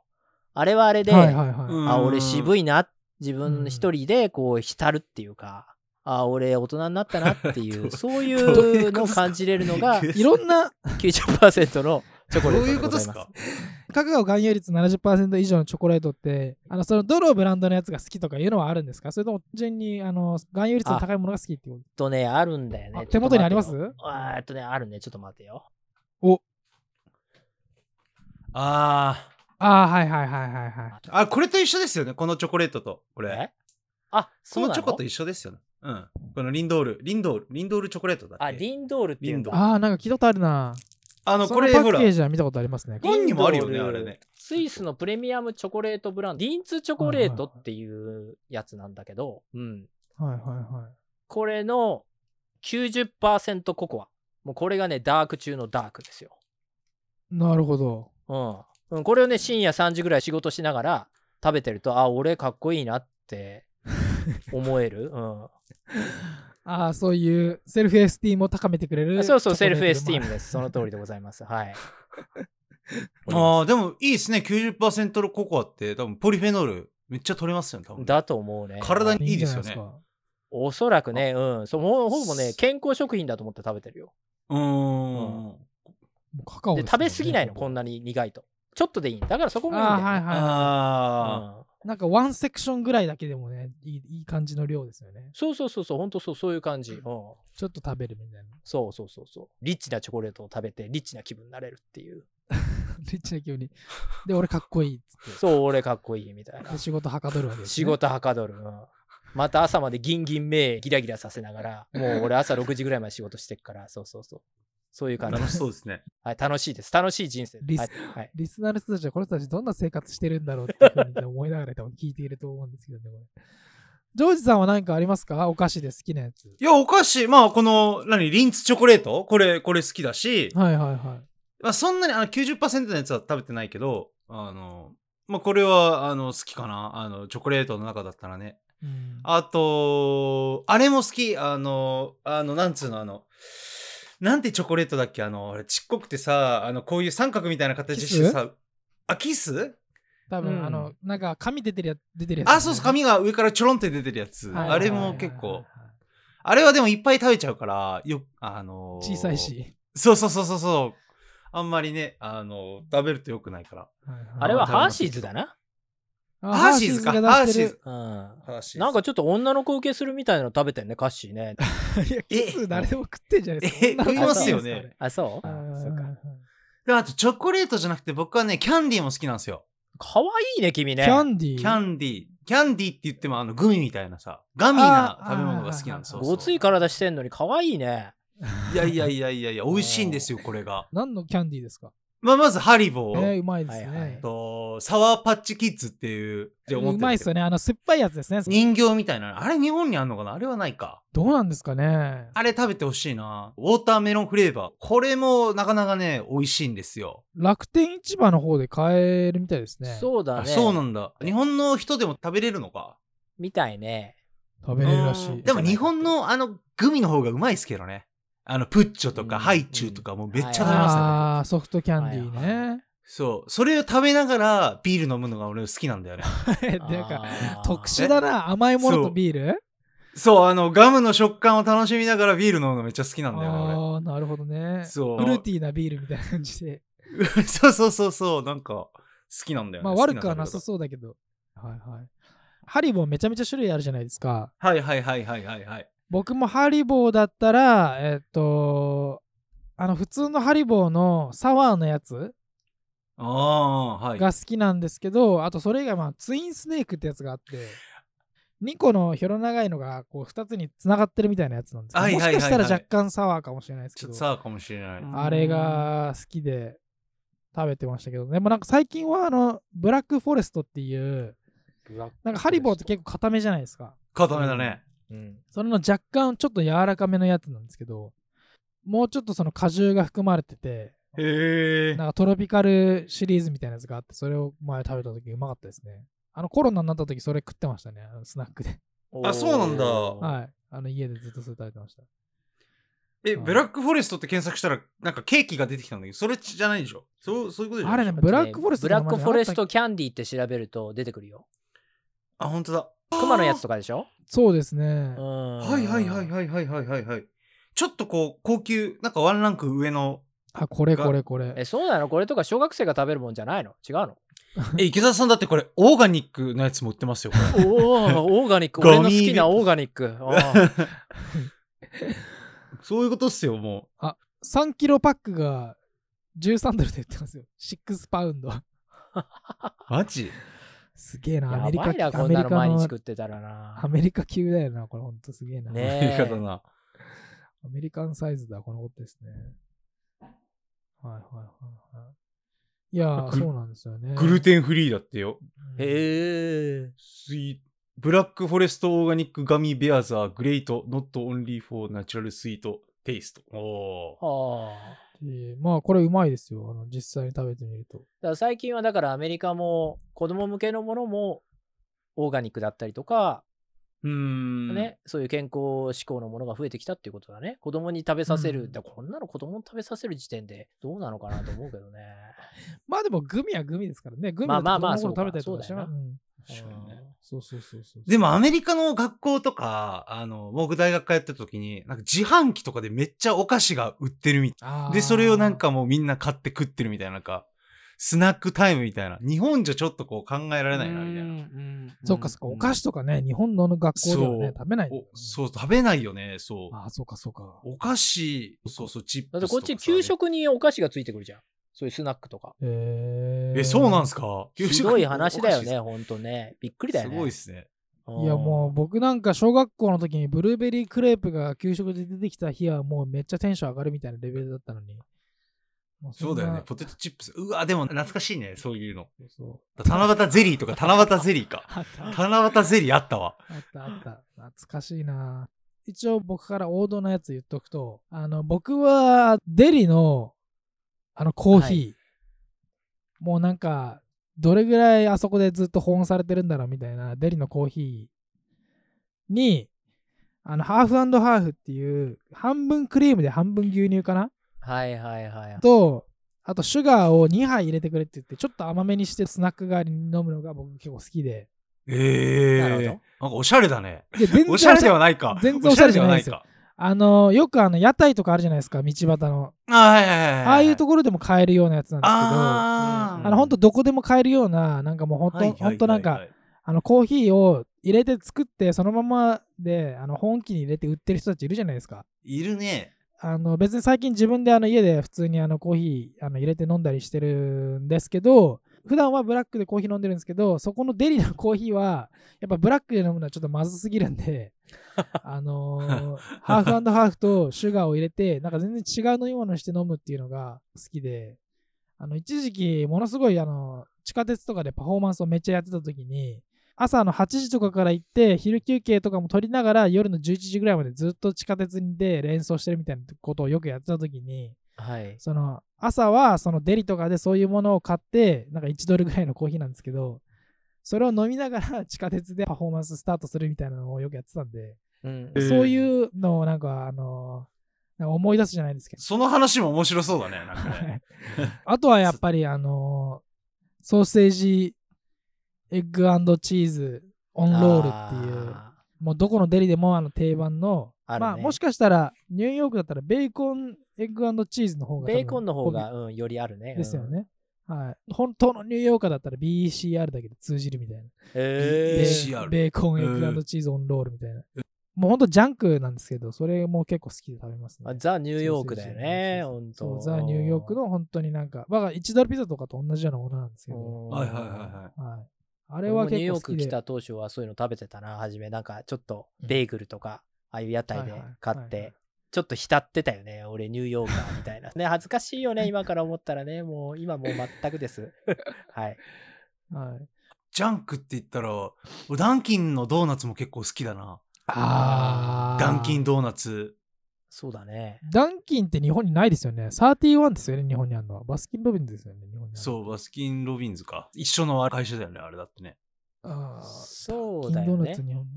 C: あれはあれで、
A: はいはいはい。
D: うん
C: あ、俺渋いな、自分一人でこう浸るっていうか、あ、俺大人になったなってい
D: ど
C: う、
D: う
C: そうい
D: どういう
C: う
D: こと
C: のを
D: ですか
C: 感じれる のが
A: いろんな
C: 90%のチョコ
D: どうい
C: レートで
D: うこ
C: ご
D: とで
C: ざい
D: す
C: ます
D: か。
A: カカオ含有率70%以上のチョコレートって、あのそのどのブランドのやつが好きとかいうのはあるんですかそれとも、順にあの含有率の高いものが好きっていうこ
C: とね、あるんだよ
A: と、
C: ね。
A: あ手元にあります
C: ちょっと待ってよあーえっとね、あるね。ちょっと待ってよ。
D: あ
A: ああ、はいはいはいはいはい。
D: ーあ、これと一緒ですよね。このチョコレートと。これ。
C: えあ、
D: こ
C: そう
D: の
C: な
D: チョコと
C: の
D: 一緒ですよね。うん。このリンドール、リンドール、リンドールチョコレートだっけ。
C: あ、リンドールっていうん
D: リンド
C: だ
D: ール
A: ああ、なんか聞いたことあるな。
D: あ
A: あ
D: の、これ、
A: パ
D: ほ
A: ッ
D: ら
A: ケ。ージは見たことありますね。
D: パンにもあるよね
C: リンドール
D: あれね
C: スイスのプレミアムチョコレートブランド、ディンツチョコレートっていうやつなんだけど、うん。
A: はいはいはい。
C: これの90%ココア。もうこれがね、ダーク中のダークですよ。
A: なるほど。
C: うん。うん、これをね、深夜3時ぐらい仕事しながら食べてると、あ、俺かっこいい なって思える。うん。
A: ああ、そういうセルフエスティームを高めてくれる。
C: そうそう、
A: チ
C: セ
A: ョコレー
C: ル
A: ト
C: フエスティー
A: で
C: ム
A: も
C: です。その通りでございま す。はい。
D: ああ、でもいいですね。90%のココアって、多分ポリフェノールめっちゃ取れますよね、多分。
C: だと思うね。
D: 体
A: ある
D: にいいですよね
A: んじゃなか
C: おそらくね、うん。そうもうほぼね、健康食品だと思って食べてるよ。
D: うーん。
A: もうカカオ
C: で、食べ過ぎないの、こん
A: な。
C: なに苦いと。ちょっとでいい。だからそこもいいんだ
A: あ
C: よ
A: あ、
C: ね
A: はいは
D: ああ。
C: うん
A: い。なんかワンセクションぐらいだけでもね、いいいい感じの量ですよね。
C: そうそうそうそう、ほんとそう、そういう感じ。うん。
A: ちょっと食べるみたいな。
C: そうそうそうそう。リッチなチョコレートを食べて、リッチな気分になれるっていう。
A: リッチな気分に。で、俺かっこいいっつっ
C: そう、俺かっこいいみたいな
A: て。。仕事はかどるわけです、ね。
C: 仕事はかどる。うんまた朝までギンギン目ギラギラさせながら、もう俺朝6時ぐらいまで仕事してるから、そうそうそう。そういう感じ
D: 楽。しそうですね。
C: はい、楽しいです。楽しい人生。
A: リス
C: はいはい。
A: リスナーの人たちはこの人たちどんな生活してるんだろうっていうふうにね思いながら多分聞いていると思うんですけどね、これ。ジョージさんは何かありますかお菓子で好きなやつ。
D: いや、お菓子、まあ、この、何、リンツチョコレートこれ、これ好きだし、
A: はいはいは
D: まあ、そんなに、あの、90%のやつは食べてないけど、あの、まあ、これは、あの、好きかな。あの、チョコレートの中だったらね。
A: い。うん
D: あと、あれも好き。あの、あの、なんつうの、あの、なんてチョコレートだっけあの、あれちっこくてさ、あの、こういう三角みたいな形してさ、あ、キス
A: 多分、
C: うん
A: あの、なんか紙出てるやつ、出てるやつ、
D: あ、そうそう、紙が上からちょろんって出てるやつ。
A: はいはいはい
D: あ
A: はい
D: れも結構。あれはでもいっぱい食べちゃうから、よ、あのー
A: 小さい。し。
D: そうそうそうそうそう。あんまりね、あの、食べると良くないから。
A: はいはい
C: あれはハーシーズだな。
A: あ
D: ハーシーズか、ハーシーズ。。
C: うん。
D: ハーシーズ
C: なんかちょっと女の子受けするみたいなの食べてんね、カッシー ね。
A: ハーシーズが出してるいや、キス誰でも食ってんじゃないですか。そ
D: え
A: んなこと
C: 食いますよ
D: ね
A: ないです
C: あ、そう
A: かあれ
C: あそうか。
D: であと、チョコレートじゃなくて、僕はね、キャンディーも好きなんですよ。
C: かわいいね、君
A: キ
C: ね。
A: ャンディー。
D: キャンディー。キャンディーって言っても、あの、グミみたいなさ、ガミな食べ物が好きなんですよ。
A: あー
D: そう
C: ごつい体してんのにかわいいね。
D: いやいやいやいやいや、美味しいんですよ、これが。
A: 何のキャンディーですか
D: まあ、まず、ハリボ
A: え
D: ー。
A: ー、うまいです
C: はいは
A: ね
C: い。
D: と、サワーパッチキッズっていう、で思ってる
A: うまいっすよね。あの、酸っぱいやつですね。
D: 人形みたいなの。あれ日本にあんのかなあれはないか。
A: どうなんですかね。
D: あれ食べてほしいな。ウォーターメロンフレーバー。これもなかなかね、美味しいんですよ。
A: 楽天市場の方で買えるみたいですね。
C: そうだ
D: あ
C: ね。
D: そうなんだ。日本の人でも食べれるのか。
C: みたいね。
A: 食べれるらし
D: うん
A: い。
D: でも日本のあのグミの方がうまいですけどね。あのプッチョと
C: う
D: か
C: ん
D: ハイチュウとかもうめっちゃ食べますよね。
A: ああー、ソフトキャンディ
C: はいは
A: ーね。
D: そう。それを食べながらビール飲むのが俺好きな んだよね。
A: え
C: あ
A: なんか、
C: ー
A: 特殊だな。甘いものとビール
D: そう、あのガムの食感を楽しみながらビール飲むのめっちゃ好きなんだよね、
A: ああ、なるほどね
D: 俺。。そう。
A: フルーティーなビールみたいな感じで。
D: そうそうそうそう。なんか好きなんだよね。
A: まあ
D: 好き
A: 悪くはなさそうだけど。はいはい。ハリボーめちゃめちゃ種類あるじゃないですか。
D: 食べ方。はいはいはいはいはいはい。
A: 僕もハリボーだったら、えっと、あの普通のハリボーのサワーのやつ
D: ああ、はい。
A: が好きなんですけど、あとそれ以外、まあ、ツインスネークってやつがあって、2個のひょろ長いのがこう2つに繋がってるみたいなやつなんですけ
D: は
A: ど、
D: い
A: も
D: はいは
A: し
D: いはい
A: かしたら若干サワーかもしれないです
D: ち
A: け
D: ょっ
A: ど
D: と、さあかもしれない。
A: あれが好きで食べてましたけど、でもなんか最近はあの、ブラックフォレストっていう、なんかハリボーって結構固めじゃないですか。
D: 固めだね。
C: うん。
A: それの若干ちょっと柔らかめのやつなんですけど、もうちょっとその果汁が含まれてて、
D: へえ。
A: なんかトロピカルシリーズみたいなやつがあって、それを前食べた時うまかったですね。あのコロナになった時それ食ってましたね、あのスナックで。
D: あそうなんだ
C: おー
A: はい。あの家でずっとそれ食べてました。
D: え、
A: うん
D: ブラックフォレストって検索したら、なんかケーキが出てきたんだけど、それじゃないでしょそう、そういうことでしょ
A: あれね、ブラックフォレストって
C: ブ
A: 名
C: ラ
A: 前
C: ックフォレス
A: な
C: ト
A: かっ
C: キャンディーって調べると出てくるよ。
D: あ、本当だ。
C: クマのやつとかでしょ
A: たそうですね。
D: は
C: はい
D: はいはいはいはいはいはいはい。ちょっとこう、高級、なんかワンランク上の。
A: あ、これこれこれ
C: え、。そうなのこれとか小学生が食べるもんじゃないの違う の
D: え、池田さんだってこれ、オーガニックのやつも売ってますよ、これ。
C: おーオーガニック。
D: ゴミ
C: 俺の好きなオーガニック。あー
D: そういうことっすよ、も
A: 3キロパックが13ドルで売ってますよ。6パ ウンド。
D: う。マジ
A: すげえな、 ア
C: や
A: メリカ
C: ばいな、
A: ア
C: こん
A: メ
C: な
A: リ
C: の
A: カ
C: 毎日
A: の
C: 食ってたら
A: ア
C: な。
A: メリカ級だよな、これほんとすげえな。
C: ね
D: 言い方
C: え。
D: な。
A: アメリカンサイズだ、このことですね。はいはいはいはい。いやー、
D: グル
A: そうなんですよね。
D: グルテンフリーだってよ。
A: うん
C: へえ。
D: スイブラックフォレストオーガニックガミベアーザーグレートノットオンリーフォーナチュラルスイートテイスト。おー
C: はあ。
A: えーまあ、これうまいですよ。あの実際に食べてみると。
C: だから最近はだからアメリカも子供向けのものもオーガニックだったりとか、
D: うーん。
C: ね、そういう健康志向のものが増えてきたっていうことだね。子供に食べさせる。
A: うん
C: だからこんなの子供に食べさせる時点でどうなのかなと思うけどね。
A: まあでも、グミはグミですからね。グミ
C: まあ
A: は
C: まあまあ
A: 食べたり
C: そ
A: と
C: う
A: か
C: か
A: してます
C: そう
A: うん
D: 確かにね
A: そうそうそうそう。
D: でもアメリカの学校とか、あの、僕大学通ってた時に、なんか自販機とかでめっちゃお菓子が売ってるみた
A: あ
D: い。
A: ー
D: で、それをなん、かもうみんな買って食ってるみたいな、なんか、スナックタイムみたいな。日本じゃちょっとこう考えられないな、みたいな。
C: な
A: そっかそっか、お菓子とかね、日本の学校ではね、
D: そう
A: 食べない。
D: おそう、食べないよね、そう。
A: ああ、そうかそうか。
D: お菓子、そうそう、チップス
C: だ
D: と
C: っ
D: か
C: て
D: さ
C: こっち給食にお菓子がついてくるじゃん。そういうスナックとか。
A: え
D: え、そうなん
A: す
D: すか
C: ひどい話だよね、。ほんとね。びっくりだよ
D: す
C: ね。
D: ごいっすね。
A: いやもう僕なんか小学校の時にブルーベリークレープが給食で出てきた日はもうめっちゃテンション上がるみたいなレベルだったのに。も
D: そうだよね。
A: そ
D: ポテトチップス。うわ、でも懐かしいね、そういうの。
A: んなそう。
D: 七夕ゼリーとか、七夕ゼリーか。
A: あった
D: 七夕ゼリーあったわ。
A: あったあった。懐かしいな。一応僕から王道のやつ言っとくと、あの僕はデリのあのコーヒー、もうなんかどれぐらいあそこでずっと保温されてるんだろうみたいなデリのコーヒーに、あのハーフハーフっていう半分クリームで半分牛乳かな
C: はいはいはい。
A: と、あとシュガーを2杯入れてくれって言ってちょっと甘めにしてスナック代わりに飲むのが僕結構好きで。
D: ええ
C: なるほ
D: ー。
C: ど
D: なんかおしゃれだね。
A: で全然
D: おしゃれではないか。
A: 全然おしゃれじゃないですよ
D: おしゃれでは
A: あのよくあの屋台とかあるじゃないですか道端の
D: あはいはいはいはい。
A: ああいうと
D: こ
A: ころでも買えるようなやつなんですけどあ
D: あー
A: のほんとどこでも買えるようななんかもうほんと、
D: はいはいはいはい
A: ほんとなんかあのコーヒーを入れて作ってそのままであの本気に入れて売ってる人たちいるじゃないですか
D: いるね。
A: あの別に最近自分であの家で普通にあのコーヒーあの入れて飲んだりしてるんですけど普段はブラックでコーヒー飲んでるんですけどそこのデリのコーヒーはやっぱブラックで飲むのはちょっとまずすぎるんであのーハーフハーフとシュガーを入れてなんか全然違う飲み物にして飲むっていうのが好きであの一時期ものすごいあの地下鉄とかでパフォーマンスをめっちゃやってた時に朝の8時とかから行って昼休憩とかも取りながら夜の11時ぐらいまでずっと地下鉄で連想してるみたいなことをよくやってた時に
C: はい。
A: その朝はそのデリとかでそういうものを買ってなんか1ドルぐらいのコーヒーなんですけどそれを飲みながら地下鉄でパフォーマンススタートするみたいなのをよくやってたんで、
C: うん
D: えー
A: そういうのをなんかあのなんか思い出すじゃないです けど
D: その話も面白そうだね。なんか
A: は
D: ね。
A: いあとはやっぱりあのーソーセージエッグチーズオンロールっていう
C: あ
A: もうどこのデリでもあの定番の
C: あるね
A: まあもしかしたらニューヨークだったらベーコンエッグチーズの方
C: ー
A: が多
C: ベ
A: 分
C: ーコンの方が、うん、よりあるね。
A: ですよ
C: うん。
A: ね、はい本当のニューヨーカーだったら BCR だけで通じるみたいな
C: え
A: ベ
C: ー
D: BCR
A: ーベーコンエッグチーズオンロールみたいな、もうほんとジャンクなんですけどそれも結構好きで食べます
C: あ
A: ね
C: ザ・ニューヨークだよね、
A: そう
C: 本
A: そ
C: 当
A: うザ・ニューヨークの本当になんか我が1ドルピザとかと同じようなものなんですけど、
D: はいはいはいはい。
A: はい、あ
C: あ
A: れは
C: ニュー
A: 結
C: ヨ
A: 構
C: ー
A: 好き
C: ク
A: で
C: 来た当初はそういうの食べてたな、はじめ。なんかちょっとベーグルとか、ああいう屋台で買
A: はいは
C: っ
A: いはいはい
C: て、ちょっと浸ってたよね、俺ニューヨーカーみたい な。ね、恥ずかしいよね、今から思ったらね、もう今もう全くです。はい。
A: はい、
D: ジャンクって言ったら、俺ダンキンのドーナツも結構好きだな。
A: あー
D: ダンキンドーナツ。
C: そうだね。
A: ダンキンって日本にないですよね。31ですよね、日本にあるのは。バスキン・ロビンズですよね、日本にあるの
D: そう、バスキン・ロビンズか。一緒の会社だよね、あれだってね。
A: あー
C: そう
A: ダ
C: だ
A: ンキン
C: よ
A: ドーナ
C: ね
A: ツ。日本に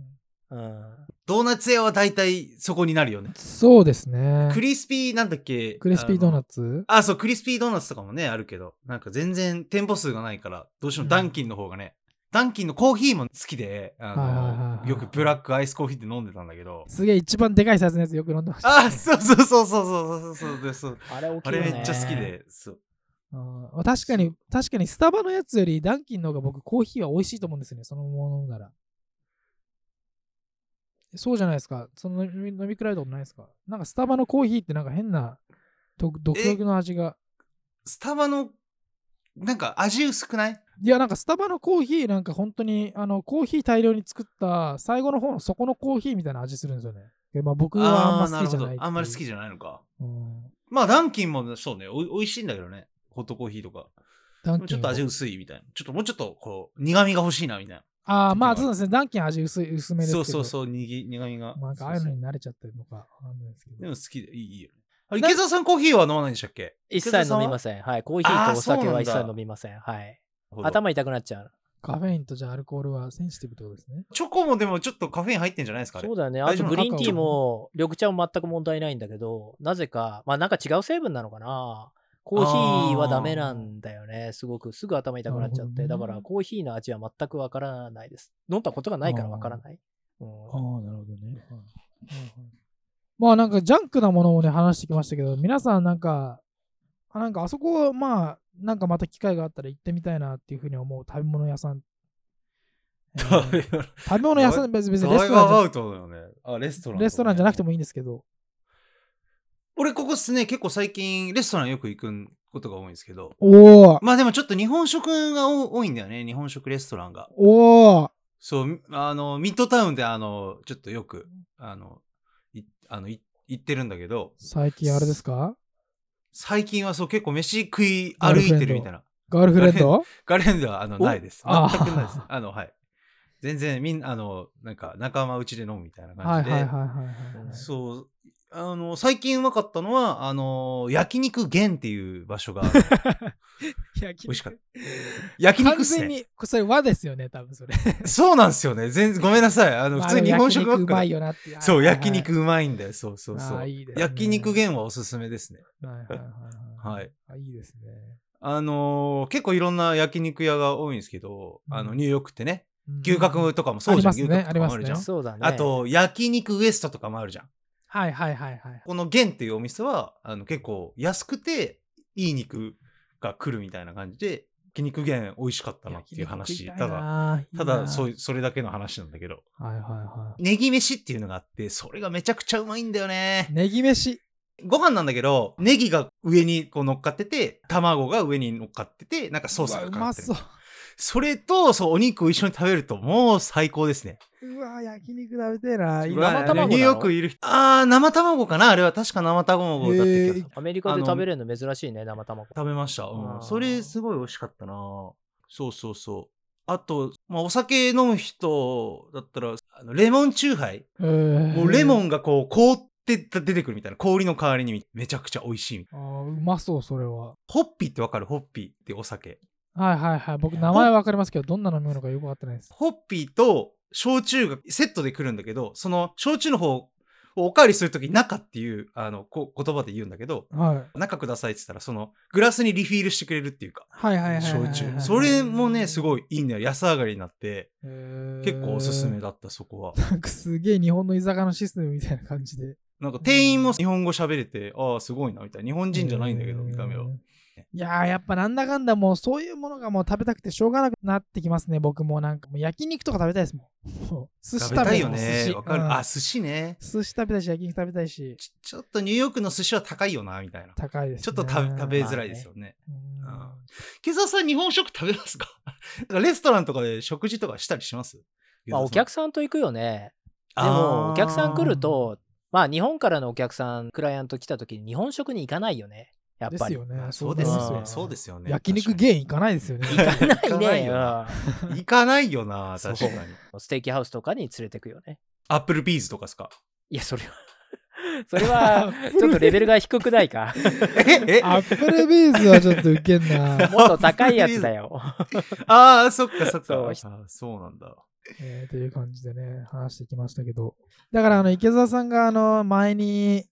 C: うん。
D: ドーナツ屋は大体そこになるよね。
A: そうですね。
D: クリスピーなんだっけ
A: クリスピードー
D: ツ。
A: ナツ
D: あのあ、そう、クリスピードーナツとかもね、あるけど、なんか全然店舗数がないから、どうしてもダンキンの方がね、ダンキンのコーヒーも好きで、あの
A: はいはいはいはい
D: よくブラックアイスコーヒーって飲んでたんだけど、
A: すげえ一番でかいサイズのやつよく飲んでました。
D: あ、そうそうそうそうそうそうそうそう。
C: あれ大き
D: あ
C: い
D: れ
C: よ
D: め
C: ね。
D: っちゃ好きで、そう。
A: うん確かに、確かにスタバのやつよりダンキンの方が僕コーヒーは美味しいと思うんですよね、そのまま飲むなら。そうじゃないですか。その飲み飲み比べたことないですか。なんかスタバのコーヒーってなんか変な独独特の味が。
D: スタバの、なんか味薄くない
A: いやなんかスタバのコーヒーなんか本当にあのコーヒー大量に作った最後の方の底のコーヒーみたいな味するんですよね。でまあ、僕はあ
D: あ
A: んま
D: ーな
A: 好
D: る
A: きじゃ
D: ほど
A: ない
D: あんまり好き
A: じ
D: じゃないのか。
A: ゃうん。
D: まあ、ダンキンもそうね、おい美味しいんだけどね。ホットコーヒーとか。
A: ダ
D: で
A: ンキ
D: も
A: ン
D: ちょっと味薄いみたいな。ちょっともうちょっとこう、苦味が欲しいなみたい
A: ああまあ
D: 時
A: そ
D: も
A: う
D: あ
A: で
D: る
A: すね。ダンキン味薄い薄め
D: な。
A: ですけ
D: そ
A: ど。
D: うそうそう、にぎ苦味が。
A: なんかああいうの
D: そう
A: に慣れちゃってるのかわかんないですけ
D: そうで
A: ど。
D: も好きで、いいいいよね。あれ池澤さんコーヒーは飲まないんでしたっけ
C: 一切飲みま
D: せん
C: せん。はい。コーヒーとお酒は一
D: あーそうなん
C: 切
D: だ
C: 飲みません。はい。。
D: なるほど
C: 頭痛くなっちゃう。
A: カフェインとじゃあアルコールはセンシティブってことですね。
D: チョコもでもちょっとカフェイン入ってんじゃないですかあれ
C: そうだよね。あ
D: 大
C: と
D: 丈夫
C: グリーンティーも緑茶も全く問題ないんだけど、なぜか、まあなんか違う成分なのかな。コーヒーはダメなんだよね。すごくすぐ頭痛くなっちゃっ
A: な
C: て。
A: る
C: だ
A: ほど
C: か
A: ね
C: らコーヒーの味は全くわからないです。飲んだことがないからわからない。うん
A: ああなるほどね。まあなんかジャンクなものをね話してきましたけど皆さんなんかあなんかあそこまあなんかまた機会があったら行ってみたいなっていうふうに思う食べ物屋さん。えー
D: 食べ物
A: 食べ物屋さん別にレス
D: ザ
A: ト
D: ワ
A: ラン
D: イ
A: じゃ
D: ガーアウトだよね。あ、レストランとかね。
A: レストランじゃなくてもいいんですけど。
D: 俺ここっすね、結構最近レストランよく行くことが多いんですけど。
A: おお
D: まあでもちょっと日本食が多多いんだよね。日本食レストランが。
A: おお
D: そう、あの、ミッドタウンであの、ちょっとよく、あの、いあのい行ってるんだけど、
A: 最近あれですか
D: 最近はそう結構飯食い歩いてるみたいな。
A: ガールフレンド
D: ガレンではあの
C: お
D: ないです。
A: あ
D: 全
A: ー
D: くないです。あの、はい。全然みんな、あの、なんか仲間内で飲むみたいな
A: はいはい
D: 感じで。
A: はいはいはい。
D: そう。あの、最近うまかったのは、あの、焼肉源っていう場所があ る、
A: 焼
D: 美味しかった。焼肉
A: 完
D: っす
A: 全
D: ね。
A: に、それ和ですよね、多分それ。
D: そうなんですよね。全然、ごめんなさい。あの、
A: まあ
D: 普通に日本食
A: でも
D: ば
A: 焼肉う
D: っか
A: まい
D: り。
A: よなって。
D: そう、
A: はいはい
D: 焼肉。うまいんだよ。そうそうそ
A: ああ
D: う。
A: いいですね
D: 焼肉源はおすすめですね。
A: はいはいはい。
D: はい。
A: あいいですね。
D: あのー結構いろんな焼肉屋が多いんですけど、
A: うん
D: あの、ニューヨークってね、
A: うん
D: 牛角とかもそうじゃん。
A: ありますね
D: 牛角とかもあるじゃん。
A: ありますね
C: そうだね。
D: あ、と、焼肉ウエストとかもあるじゃん。
A: はいはいはいはい。
D: このゲンっていうお店は、あの結構安くて、いい肉が来るみたいな感じで、焼肉源美味しかったなっていう話。ただ、
A: だ
D: ただそう
A: いう
D: いう、それだけの話なんだけど。
A: な。はいはいは
D: ネギ飯っていうのがあって、それがめちゃくちゃうまいんだよね
A: い。。ネギ飯。
D: ご飯なんだけど、ネギが上にこう乗っかってて、卵が上に乗っかってて、なんかソースが
A: うわう
D: かか
A: ま
D: ってる
A: そう。。
D: それと、そう、お肉を一緒に食べると、もう最高ですね。
A: うわ焼肉食べてえな。
C: う
A: 今
C: わ生卵なの
D: ニューヨークいる人。あー、生卵かなあれは確か生卵だった気がする
A: へー
C: アメリカで食べれるの珍しいね、生卵。
D: 食べました。
C: あー
D: うん。それすごい美味しかったなそうそうそう。あと、まあ、お酒飲む人だったら、あのレモンチューハイ。も
A: も
D: うレモ
A: ン。
D: ンがこう凍って出てくるみたいな。氷の代わりにめちゃくちゃ美味しい。
A: あーうまそう、それは。
D: ホッピーってわかるホッピーってお酒。
A: はいはいはい。僕、名前わかりますけど、どんな飲み物かよくわかってないです。
D: ホッピーと焼酎がセットで来るんだけど、その焼酎の方をおかわりするとき中っていうあのこ言葉で言うんだけど、
A: はい。
D: 中くださいって言ったら、そのグラスにリフィールしてくれるっていうか、
A: はいはいはいはいはい。
D: 焼酎。それもね、す
A: い。
D: ごいいいんだよ。安上がりになって。結
A: 結
D: 構おすすめ。だった、そこは。
A: なんかすげえ日本の居酒屋のシステムみたいな感じで。
D: なんか店員も日本語喋れて、ああ、すごいな、みたいな。日本人じゃないんだけど、見た目は
A: う。んいやーやっぱなんだかんだもうそういうものがもう食べたくてしょうがなくなってきますね僕もなんかもう焼肉とか食べたいですもんもう寿司
D: 食
A: 食べ
D: べ
A: た
D: た
A: い
D: いよね。わかる。あ、
A: あ
D: 寿司ね。
A: 寿司食べたいし焼肉食べたいし
D: ちちょっとニューヨークの寿司は高いよな、みたいな。
A: 高いです、ね、
D: ちょっと食べ食べづらいですよね。
A: うん
D: あケザさん、日本食食べますかなんかレストランとかで食事とかしたりします
C: まあ、お客
D: さ
C: さんと行くよね。
D: ん
C: でも、お客さん来ると、まあ、日本からのお客さん、クライアント来た時に日本食に行かないよね。やっ
A: で
C: ぱ
A: す
C: り。
A: よ
D: あー
A: ね
D: そうです
A: よ
D: よ
A: ね
D: ね。
C: ん
D: そうですよね。
A: 焼肉
D: 確
A: ゲーン行かないですよね
C: 行かない
D: 行か
C: ね
D: ないよかに行かないよな、
C: そう
D: 確かに。
C: うんステーキハウスとかに連れてくよね。
D: アップルビーズとかですか
C: いや、それは。 それは、ちょっとレベルが低くないか。
D: ええ
A: アップルビーズはちょっとウケんな
C: もっと高いやつだよ。
D: ああ、そっかそっか。
C: そう
D: あーそうなんだ。
A: えーという感じでね、話してきましたけど。だから、あの、池澤さんが、あの、前に、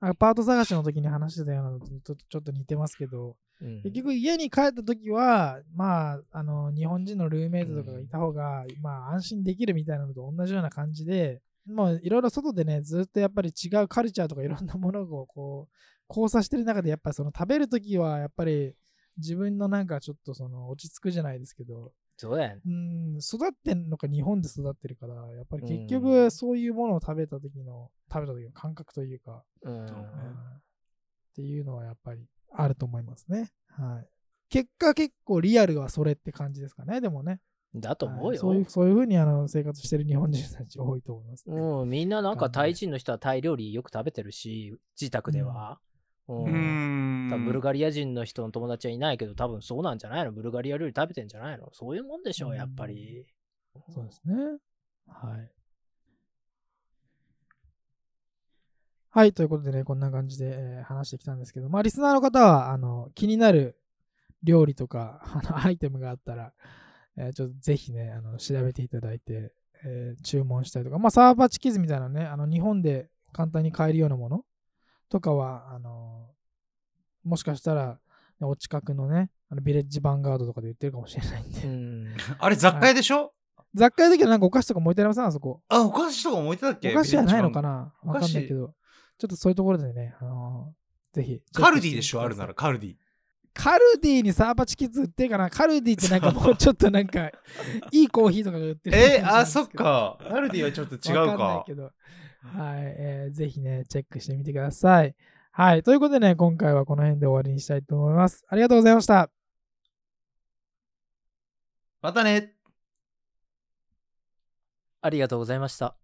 A: アパート探しの時に話してたようなのとちょっとちょっと似てますけど、
C: うん
A: 結局家に帰った時は、まあ、あの、日本人のルーメイトとかがいた方が、まあ、安心できるみたいなのと同じような感じで、もういろいろ外でね、ずっとやっぱり違うカルチャーとかいろんなものをこう、交差してる中で、やっぱりその食べる時は、やっぱり自分のなんかちょっとその落ち着くじゃないですけど、
C: そうだよね。
A: うん育ってんのか日本で育ってるからやっぱり結
C: う
A: 局
C: ん
A: そういうものを食べた時の食べた時の感覚というか、
C: うん
A: うんっていうのはやっぱりあると思いますねはい結果結構リアルはそれって感じですかねでもね
C: だと思
A: はい
C: うよ。
A: そういうそういうふうにあの生活してる日本人たち多いと思いますね、
C: うん、みんななん
A: 感じ
C: か
A: で
C: タイ人の人はタイ料理よく食べてるし、自宅では。うん
A: う
C: 多分ブル
D: ん。
C: ガリア人の人の友達はいないけど、多分そうなんじゃないのブルガリア料理食べてんじゃないのそういうもんでしょ
A: う
C: う、
A: ん
C: やっぱり。
A: そうですねはいはいということでねこんな感じで、えー話してきたんですけどまあリスナーの方はあの気になる料理とか あのアイテムがあったら、えーちょっとぜひねあの調べていただいて、えー注文したりとか、まあ、サーバーチキズみたいなねあの日本で簡単に買えるようなものとかはあのもしかしたらお近くのねあのビレッジヴァンガードとかで売ってるかもしれないんで、
C: うん。
D: あれ、雑貨屋でしょ
A: 雑貨屋だけどなんかお菓子とかも置いてありませんあそこ
D: あ、お菓子とかも置いてたっ
A: お
D: け
A: 菓子じゃないのかな
D: お
A: わ
D: 菓子
A: かんないけど、ちょっとそういうところでね、あのーぜひ。
D: カルディでしょあるなら。カルディ。
A: カルディにサーバチキッズ売ってるかなカルディってなんかもうちょっとなん か、いいコーヒーとかが売ってる。
D: えー、あ、そっ。か。カルディはちょっと違う
A: わかんない
D: か
A: け。ど。はい、えーぜひね、チェックしてみてください。はい、ということでね、今回はこの辺で終わりにしたいと思います。ありがとうございました。
D: またね。
C: ありがとうございました。